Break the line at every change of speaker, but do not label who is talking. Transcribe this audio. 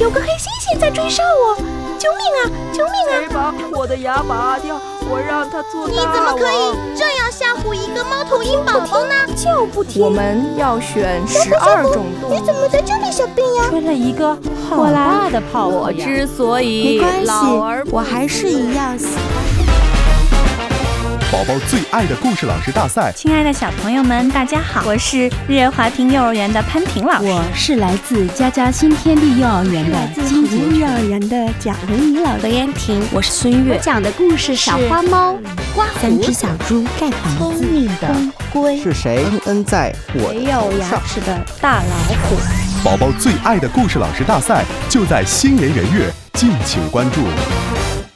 有个黑猩猩在追杀我！救命啊！救
谁
命啊！
把我的牙拔掉？我让他做
你
大
怎么可
王。
以这样吓唬一个猫头鹰宝宝呢？就不
我们要选十二种动物。
你怎么在这里小便呀？
吹了一个好大的泡沫
我
呀！
之所以
没关系
老而，不
我还是一样喜
宝宝最爱的故事老师大赛，
亲爱的小朋友们，大家好，我是日月华庭幼儿园的潘婷老师。
我是来自佳佳新天地幼儿园的金洁
幼儿园的贾文怡老师。
何燕婷，我是孙悦。
讲的故事《小花猫刮
三
胡
只
子
小猪盖房子，
明的
龟
是谁恩恩在我
没有牙齿的大老虎。
宝宝最爱的故事老师大赛就在新年元月，敬请关注。